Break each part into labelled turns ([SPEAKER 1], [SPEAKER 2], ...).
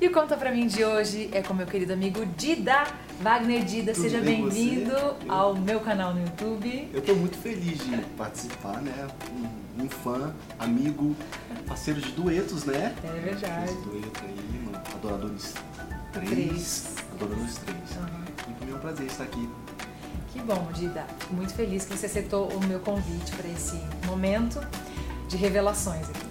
[SPEAKER 1] E o Conta Pra Mim de hoje é com meu querido amigo Dida, Wagner Dida.
[SPEAKER 2] Tudo
[SPEAKER 1] Seja
[SPEAKER 2] bem com
[SPEAKER 1] bem-vindo
[SPEAKER 2] você?
[SPEAKER 1] ao meu canal no YouTube.
[SPEAKER 2] Eu tô muito feliz de participar, né? Um, um fã, amigo, parceiro de duetos, né?
[SPEAKER 1] É
[SPEAKER 2] Esse
[SPEAKER 1] verdade.
[SPEAKER 2] dueto aí, mano. Adoradores
[SPEAKER 1] Três.
[SPEAKER 2] 3. Adoradores 3.
[SPEAKER 1] Aham.
[SPEAKER 2] E pra mim é um prazer estar aqui.
[SPEAKER 1] Que bom, Dida. Muito feliz que você aceitou o meu convite para esse momento de revelações aqui.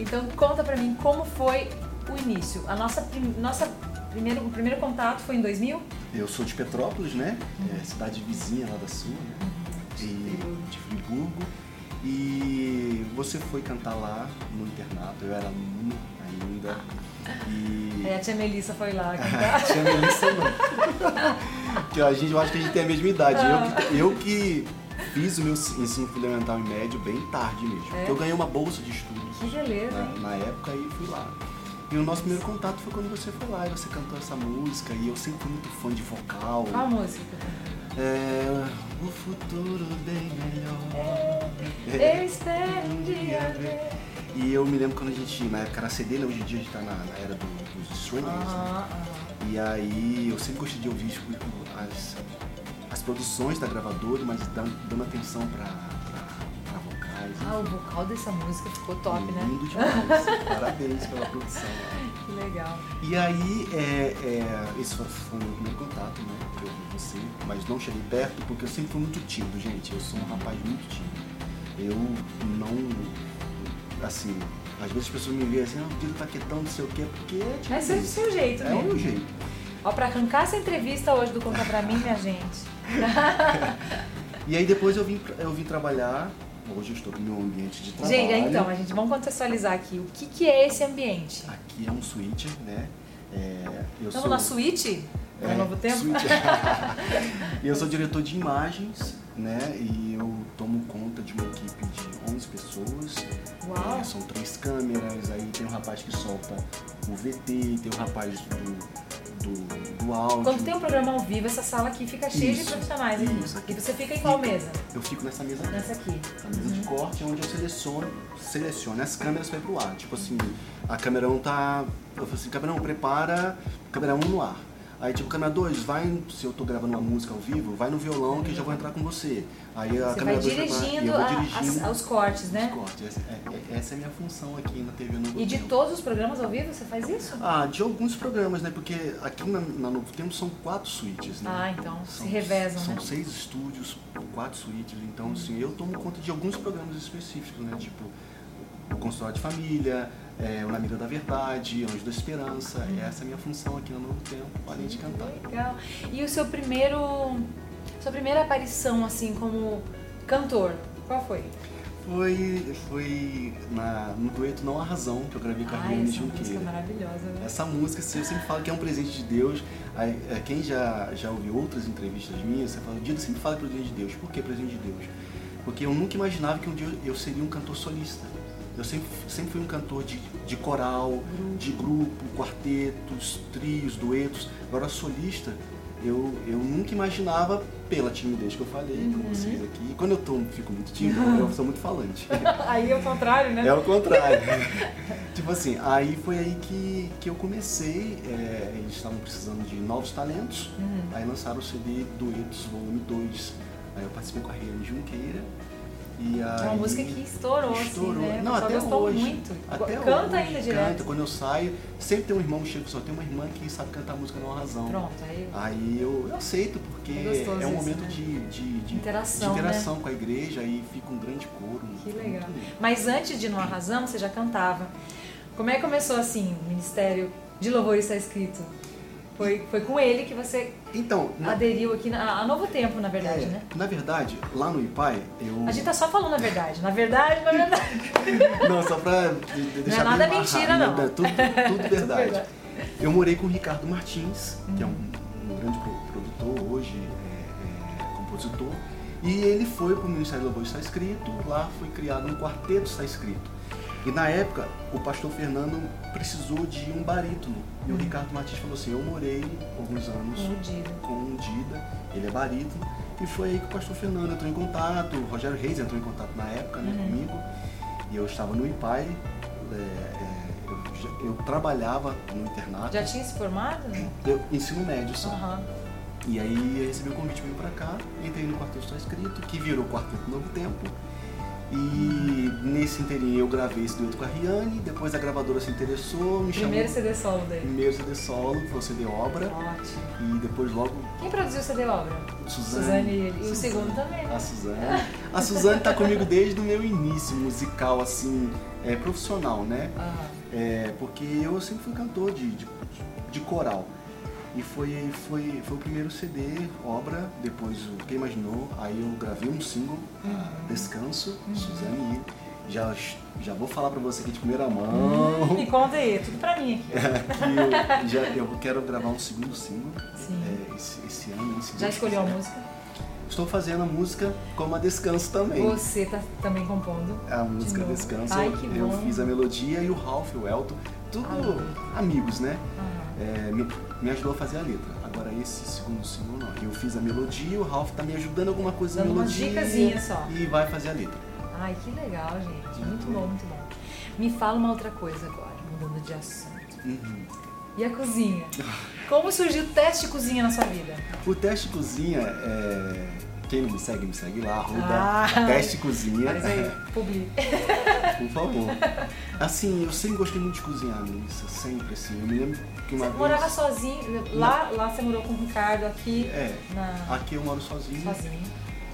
[SPEAKER 1] então conta pra mim como foi o início. A nossa, prim- nossa primeiro, o primeiro contato foi em 2000?
[SPEAKER 2] Eu sou de Petrópolis, né? É, cidade vizinha lá da sua, né?
[SPEAKER 1] Uhum.
[SPEAKER 2] De, de Friburgo. E você foi cantar lá no internato. Eu era aluno ainda. E
[SPEAKER 1] Aí a tia Melissa foi lá
[SPEAKER 2] Ah,
[SPEAKER 1] cantar.
[SPEAKER 2] Tinha Melissa não. que a gente, eu acho que a gente tem a mesma idade. Eu, que, eu que fiz o meu ensino fundamental e médio bem tarde mesmo.
[SPEAKER 1] É?
[SPEAKER 2] Eu ganhei uma bolsa de estudos
[SPEAKER 1] que beleza,
[SPEAKER 2] na,
[SPEAKER 1] hein?
[SPEAKER 2] na época e fui lá. E o nosso primeiro contato foi quando você foi lá e você cantou essa música. E eu sempre fui muito fã de vocal.
[SPEAKER 1] Qual a música?
[SPEAKER 2] É, o futuro bem melhor. É,
[SPEAKER 1] Eu espero um dia ver.
[SPEAKER 2] E eu me lembro quando a gente, na época era CD, né? hoje em dia a gente tá na, na era do- dos streamings, né?
[SPEAKER 1] Ah,
[SPEAKER 2] E aí eu sempre gostei de ouvir tipo, as, as produções da gravadora, mas dando, dando atenção pra, pra, pra vocais.
[SPEAKER 1] ah, o vocal dessa música ficou top, né?
[SPEAKER 2] Lindo demais. Parabéns pela produção.
[SPEAKER 1] Que legal.
[SPEAKER 2] E aí, é, é, esse foi, foi o meu primeiro contato, né? que Eu vi você, mas não cheguei perto porque eu sempre fui muito tímido, gente. Eu sou um rapaz muito tímido. Eu não. Assim, às vezes as pessoas me veem assim, ah, o Diego tá quietão, não sei o quê, porque é
[SPEAKER 1] Mas sempre do seu jeito,
[SPEAKER 2] É o
[SPEAKER 1] né?
[SPEAKER 2] meu jeito.
[SPEAKER 1] Ó, pra arrancar essa entrevista hoje do Conta Pra Mim, minha gente.
[SPEAKER 2] E aí depois eu vim, eu vim trabalhar, hoje eu estou no meu ambiente de trabalho.
[SPEAKER 1] Gente, então, a gente vamos contextualizar aqui. O que, que é esse ambiente?
[SPEAKER 2] Aqui é um suíte, né? É, eu
[SPEAKER 1] Estamos
[SPEAKER 2] sou,
[SPEAKER 1] na Então, suíte? É,
[SPEAKER 2] É,
[SPEAKER 1] no novo tempo?
[SPEAKER 2] suíte. e eu sou diretor de imagens, né? E eu tomo conta de uma equipe de 11 pessoas.
[SPEAKER 1] Uau.
[SPEAKER 2] É, são três câmeras, aí tem um rapaz que solta o VT, tem o rapaz do, do, do áudio.
[SPEAKER 1] Quando tem um programa ao vivo, essa sala aqui fica cheia de
[SPEAKER 2] Isso,
[SPEAKER 1] profissionais aqui.
[SPEAKER 2] isso, aqui.
[SPEAKER 1] E você fica em qual mesa?
[SPEAKER 2] Eu fico nessa mesa aqui.
[SPEAKER 1] Nessa aqui.
[SPEAKER 2] A mesa de corte é onde eu seleciono, seleciono as câmeras para ir pro ar. Tipo assim, a câmera 1 tá. Eu falo assim, câmera 1, prepara, câmera 1 no ar. Aí tipo, câmera 2, vai, se eu tô gravando uma música ao vivo, vai no violão que eu já vou entrar com você. Aí a
[SPEAKER 1] Você vai
[SPEAKER 2] câmera 2 prepara, e
[SPEAKER 1] dirigindo,
[SPEAKER 2] eu vou
[SPEAKER 1] a-
[SPEAKER 2] dirigindo
[SPEAKER 1] as- aos cortes,
[SPEAKER 2] os
[SPEAKER 1] né?
[SPEAKER 2] cortes. Essa é, é- essa é a minha função aqui na TV Novo
[SPEAKER 1] E de
[SPEAKER 2] Tempo.
[SPEAKER 1] todos os programas ao vivo, você faz isso?
[SPEAKER 2] Ah, de alguns programas, né? Porque aqui na, na Novo Tempo são quatro suítes, né?
[SPEAKER 1] Ah, então se
[SPEAKER 2] São-
[SPEAKER 1] revezam,
[SPEAKER 2] São
[SPEAKER 1] né?
[SPEAKER 2] seis estúdios, quatro suítes, então assim, eu tomo conta de alguns programas específicos, né? Tipo, o Consultório de Família, é, o Na Mira da Verdade, Anjo da Esperança,
[SPEAKER 1] Uhum.
[SPEAKER 2] e essa é a minha função aqui no Novo Tempo, além de cantar.
[SPEAKER 1] Legal. E o seu primeiro. Sua primeira aparição, assim, como cantor, qual foi?
[SPEAKER 2] Foi, foi na- no dueto Não Há Razão, que eu gravei com a
[SPEAKER 1] Ai,
[SPEAKER 2] Ariane
[SPEAKER 1] essa música é
[SPEAKER 2] Junqueira.
[SPEAKER 1] maravilhosa, né?
[SPEAKER 2] Essa música, assim, eu sempre falo que é um presente de Deus. Aí, é, Quem já, já ouviu outras entrevistas minhas, você fala, Dido sempre fala que é presente de Deus. Por que presente de Deus? Porque eu nunca imaginava que um dia eu seria um cantor solista. Eu sempre, sempre fui um cantor de, de coral, de grupo, quartetos, trios, duetos. Agora, solista, eu, eu nunca imaginava pela timidez que eu falei com vocês aqui. E quando eu tô, fico muito tímido, eu sou muito falante.
[SPEAKER 1] Aí é o contrário, né?
[SPEAKER 2] É o contrário. tipo assim, aí foi aí que, que eu comecei. é, eles estavam precisando de novos talentos.
[SPEAKER 1] Uhum.
[SPEAKER 2] Aí lançaram o CD Duetos, volume 2. Aí eu participei com a Reina Junqueira. E
[SPEAKER 1] É
[SPEAKER 2] aí,
[SPEAKER 1] uma música que estourou, assim, né? O
[SPEAKER 2] Não,
[SPEAKER 1] pessoal
[SPEAKER 2] até
[SPEAKER 1] gostou
[SPEAKER 2] hoje.
[SPEAKER 1] muito.
[SPEAKER 2] Até
[SPEAKER 1] Canta
[SPEAKER 2] hoje,
[SPEAKER 1] ainda direto.
[SPEAKER 2] Canta, quando eu saio, sempre tem um irmão que chega, só tem uma irmã que sabe cantar música não há razão.
[SPEAKER 1] Pronto, aí.
[SPEAKER 2] Aí eu, eu aceito, porque
[SPEAKER 1] É gostoso
[SPEAKER 2] é, um
[SPEAKER 1] isso,
[SPEAKER 2] momento
[SPEAKER 1] né?
[SPEAKER 2] de, de, de
[SPEAKER 1] Interação, né?
[SPEAKER 2] de interação com a igreja e fica um grande coro.
[SPEAKER 1] Que
[SPEAKER 2] muito
[SPEAKER 1] legal.
[SPEAKER 2] lindo.
[SPEAKER 1] Mas antes de No Arrasão, você já cantava. Como é que começou assim o Ministério de Louvor está escrito? Foi, foi com ele que você
[SPEAKER 2] Então, na-
[SPEAKER 1] aderiu aqui na- a Novo Tempo, na verdade,
[SPEAKER 2] É,
[SPEAKER 1] né?
[SPEAKER 2] Na verdade, lá no IPAI, eu.
[SPEAKER 1] A gente tá só falando a verdade. Na verdade, na verdade.
[SPEAKER 2] Não, é só pra de- de- deixar
[SPEAKER 1] nada
[SPEAKER 2] bem amarrado,
[SPEAKER 1] mentira, não.
[SPEAKER 2] né? Tudo, tudo verdade.
[SPEAKER 1] verdade.
[SPEAKER 2] Eu morei com o Ricardo Martins, que é um, um grande pro- produtor hoje, é, é, compositor. E ele foi pro Ministério do Louvor Está Escrito, lá foi criado um quarteto Está Escrito. E na época, o pastor Fernando precisou de um barítono. E o Ricardo Martins falou assim, eu morei alguns anos
[SPEAKER 1] Iludido.
[SPEAKER 2] com o Dida, ele é barítono, e foi aí que o pastor Fernando entrou em contato, o Uhum. Rogério Reis entrou em contato na época né, comigo, e eu estava no IPAI, é, é, eu, já- eu trabalhava no internato,
[SPEAKER 1] Já tinha se formado?
[SPEAKER 2] eu, ensino médio só.
[SPEAKER 1] Aham.
[SPEAKER 2] E aí eu recebi o convite para ir pra cá, entrei no Quarteto Só Escrito, que virou Quarteto Novo Tempo. E nesse interim eu gravei esse dueto com a Riane, depois a gravadora se interessou, me chamou.
[SPEAKER 1] Primeiro CD solo dele.
[SPEAKER 2] Primeiro CD solo, que foi o CD Obra,
[SPEAKER 1] Ótimo.
[SPEAKER 2] e depois logo
[SPEAKER 1] Quem produziu o CD Obra?
[SPEAKER 2] Suzane.
[SPEAKER 1] Suzane e ele. E o
[SPEAKER 2] Suzane.
[SPEAKER 1] segundo também. né?
[SPEAKER 2] A Suzane. A Suzane tá comigo desde o meu início musical, assim, é, profissional, né?
[SPEAKER 1] Aham.
[SPEAKER 2] É, porque eu sempre fui cantor de, de, de coral. E foi, foi, foi o primeiro CD, obra, depois o Quem Imaginou, aí eu gravei um single, ah,
[SPEAKER 1] Uhum.
[SPEAKER 2] Descanso, Suzane. e Já, já vou falar pra você aqui de primeira mão.
[SPEAKER 1] Me conta aí, é tudo pra mim aqui.
[SPEAKER 2] que eu, já, eu quero gravar um segundo single
[SPEAKER 1] Sim.
[SPEAKER 2] é, esse, esse ano. hein, se
[SPEAKER 1] Já
[SPEAKER 2] Deus
[SPEAKER 1] escolheu a
[SPEAKER 2] quiser.
[SPEAKER 1] música?
[SPEAKER 2] Estou fazendo a música como a Descanso também.
[SPEAKER 1] Você tá também compondo.
[SPEAKER 2] A música
[SPEAKER 1] novo.
[SPEAKER 2] Descanso,
[SPEAKER 1] Ai, que
[SPEAKER 2] eu
[SPEAKER 1] bom.
[SPEAKER 2] fiz a melodia e o Ralph, o Elton, tudo
[SPEAKER 1] Ah.
[SPEAKER 2] amigos, né?
[SPEAKER 1] Aham.
[SPEAKER 2] É, me, me ajudou a fazer a letra. Agora esse segundo single não. Eu fiz a melodia, o Ralph tá me ajudando alguma coisa
[SPEAKER 1] Dando
[SPEAKER 2] na
[SPEAKER 1] umas
[SPEAKER 2] melodia.
[SPEAKER 1] dicasinhas só.
[SPEAKER 2] E vai fazer a letra.
[SPEAKER 1] Ai, que legal, gente. Muito bom, muito bom. Me fala uma outra coisa agora, mudando de assunto.
[SPEAKER 2] Uhum.
[SPEAKER 1] E a cozinha? Como surgiu o teste de cozinha na sua vida?
[SPEAKER 2] O teste cozinha é. Quem não me segue, me segue lá, arroba
[SPEAKER 1] Ah.
[SPEAKER 2] teste cozinha.
[SPEAKER 1] Mas aí, publi.
[SPEAKER 2] Por favor. Assim, eu sempre gostei muito de cozinhar, Melissa. Sempre assim. Eu me lembro que uma
[SPEAKER 1] Você
[SPEAKER 2] vez.
[SPEAKER 1] morava sozinho? Lá, lá você morou com o Ricardo, aqui
[SPEAKER 2] É.
[SPEAKER 1] na...
[SPEAKER 2] Aqui eu moro sozinho.
[SPEAKER 1] sozinho.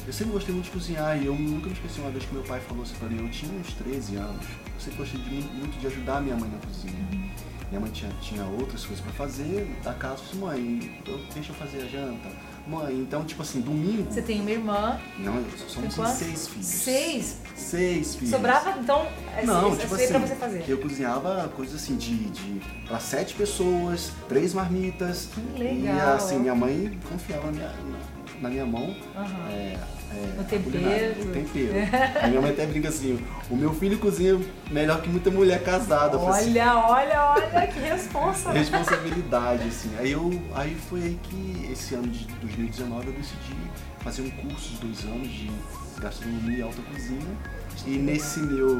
[SPEAKER 2] Eu sempre gostei muito de cozinhar e eu nunca me esqueci uma vez que meu pai falou assim pra mim, eu tinha uns 13 anos, eu sempre gostei de mu- muito de ajudar minha mãe na cozinha. Minha mãe tinha, tinha outras coisas pra fazer, da casa, eu disse, mãe, então deixa eu fazer a janta. Mãe, então tipo assim, domingo...
[SPEAKER 1] Você tem uma irmã,
[SPEAKER 2] Não, eu- somos
[SPEAKER 1] Tem quantos?
[SPEAKER 2] seis filhos.
[SPEAKER 1] seis?
[SPEAKER 2] Seis filhos.
[SPEAKER 1] Sobrava, então, esse-
[SPEAKER 2] Não,
[SPEAKER 1] esse- esse
[SPEAKER 2] tipo
[SPEAKER 1] aí
[SPEAKER 2] assim,
[SPEAKER 1] pra você fazer.
[SPEAKER 2] eu cozinhava coisas assim de, de pra sete pessoas, três marmitas.
[SPEAKER 1] Que
[SPEAKER 2] E
[SPEAKER 1] legal.
[SPEAKER 2] assim, minha mãe confiava na minha, na- na minha mão
[SPEAKER 1] Aham.
[SPEAKER 2] é, é,
[SPEAKER 1] No
[SPEAKER 2] a culinária,
[SPEAKER 1] tempero.
[SPEAKER 2] o tempero. A minha mãe até brinca assim, o meu filho cozinha melhor que muita mulher casada. Eu falei assim,
[SPEAKER 1] Olha, olha, olha, que responsa.
[SPEAKER 2] É, Responsabilidade, assim. Aí, eu, aí foi aí que esse ano de 2019 eu decidi fazer um curso de dois anos de gastronomia e alta cozinha. E nesse meu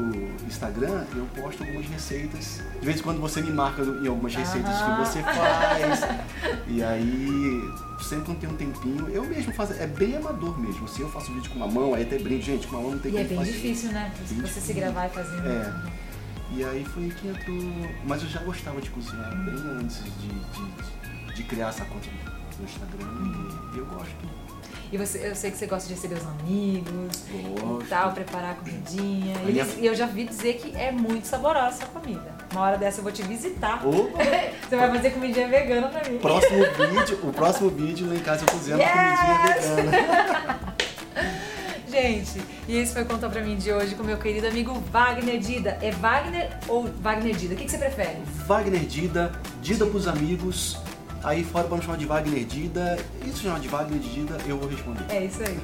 [SPEAKER 2] Instagram eu posto algumas receitas. De vez em quando você me marca em algumas receitas
[SPEAKER 1] Aham.
[SPEAKER 2] que você faz. e aí, sempre quando tem um tempinho, eu mesmo faço. É bem amador mesmo. Se eu faço vídeo com uma mão, aí até brinco, gente, com uma mão não tem
[SPEAKER 1] E é
[SPEAKER 2] como
[SPEAKER 1] bem
[SPEAKER 2] fazer.
[SPEAKER 1] difícil, né? Você
[SPEAKER 2] Bem
[SPEAKER 1] se
[SPEAKER 2] difícil. É.
[SPEAKER 1] gravar e fazer. né?
[SPEAKER 2] E aí foi que entrou. Mas eu já gostava de cozinhar bem antes de, de, de criar essa conta no Instagram. E eu gosto.
[SPEAKER 1] E você, eu sei que você gosta de receber os amigos e
[SPEAKER 2] Gosto.
[SPEAKER 1] tal, preparar a comidinha.
[SPEAKER 2] A
[SPEAKER 1] E
[SPEAKER 2] minha-
[SPEAKER 1] eles- E eu já vi dizer que é muito saborosa a sua comida. Uma hora dessa eu vou te visitar.
[SPEAKER 2] O
[SPEAKER 1] Você vai fazer comidinha vegana pra mim.
[SPEAKER 2] próximo vídeo, o próximo vídeo lá em casa eu cozinhando
[SPEAKER 1] Yes!
[SPEAKER 2] comidinha vegana.
[SPEAKER 1] Gente, e esse foi o Conta Pra Mim de hoje com meu querido amigo Wagner Dida. É Wagner ou Wagner Dida? O que, que você prefere?
[SPEAKER 2] Wagner Dida, Dida pros amigos. Aí fora vamos chamar de Wagner Dida. E se chamar de Wagner Dida, eu vou responder.
[SPEAKER 1] É isso aí.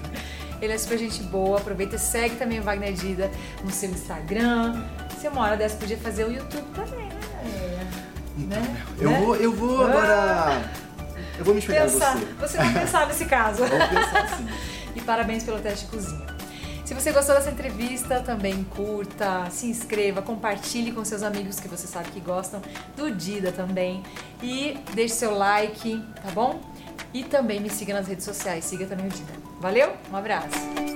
[SPEAKER 1] Ele é super gente boa. Aproveita e segue também o Wagner Dida no seu Instagram. Se uma hora dessa podia fazer o YouTube também, né? Né?
[SPEAKER 2] Então,
[SPEAKER 1] Né?
[SPEAKER 2] Eu
[SPEAKER 1] Ah!
[SPEAKER 2] vou, eu vou agora. Eu vou me espelhar em
[SPEAKER 1] Pensar.
[SPEAKER 2] você.
[SPEAKER 1] Você não pensar nesse caso.
[SPEAKER 2] Vamos pensar assim.
[SPEAKER 1] E parabéns pelo teste de cozinha. Se você gostou dessa entrevista, também curta, se inscreva, compartilhe com seus amigos que você sabe que gostam do Dida também. E deixe seu like, tá bom? E também me siga nas redes sociais, siga também o Dida. Valeu? Um abraço!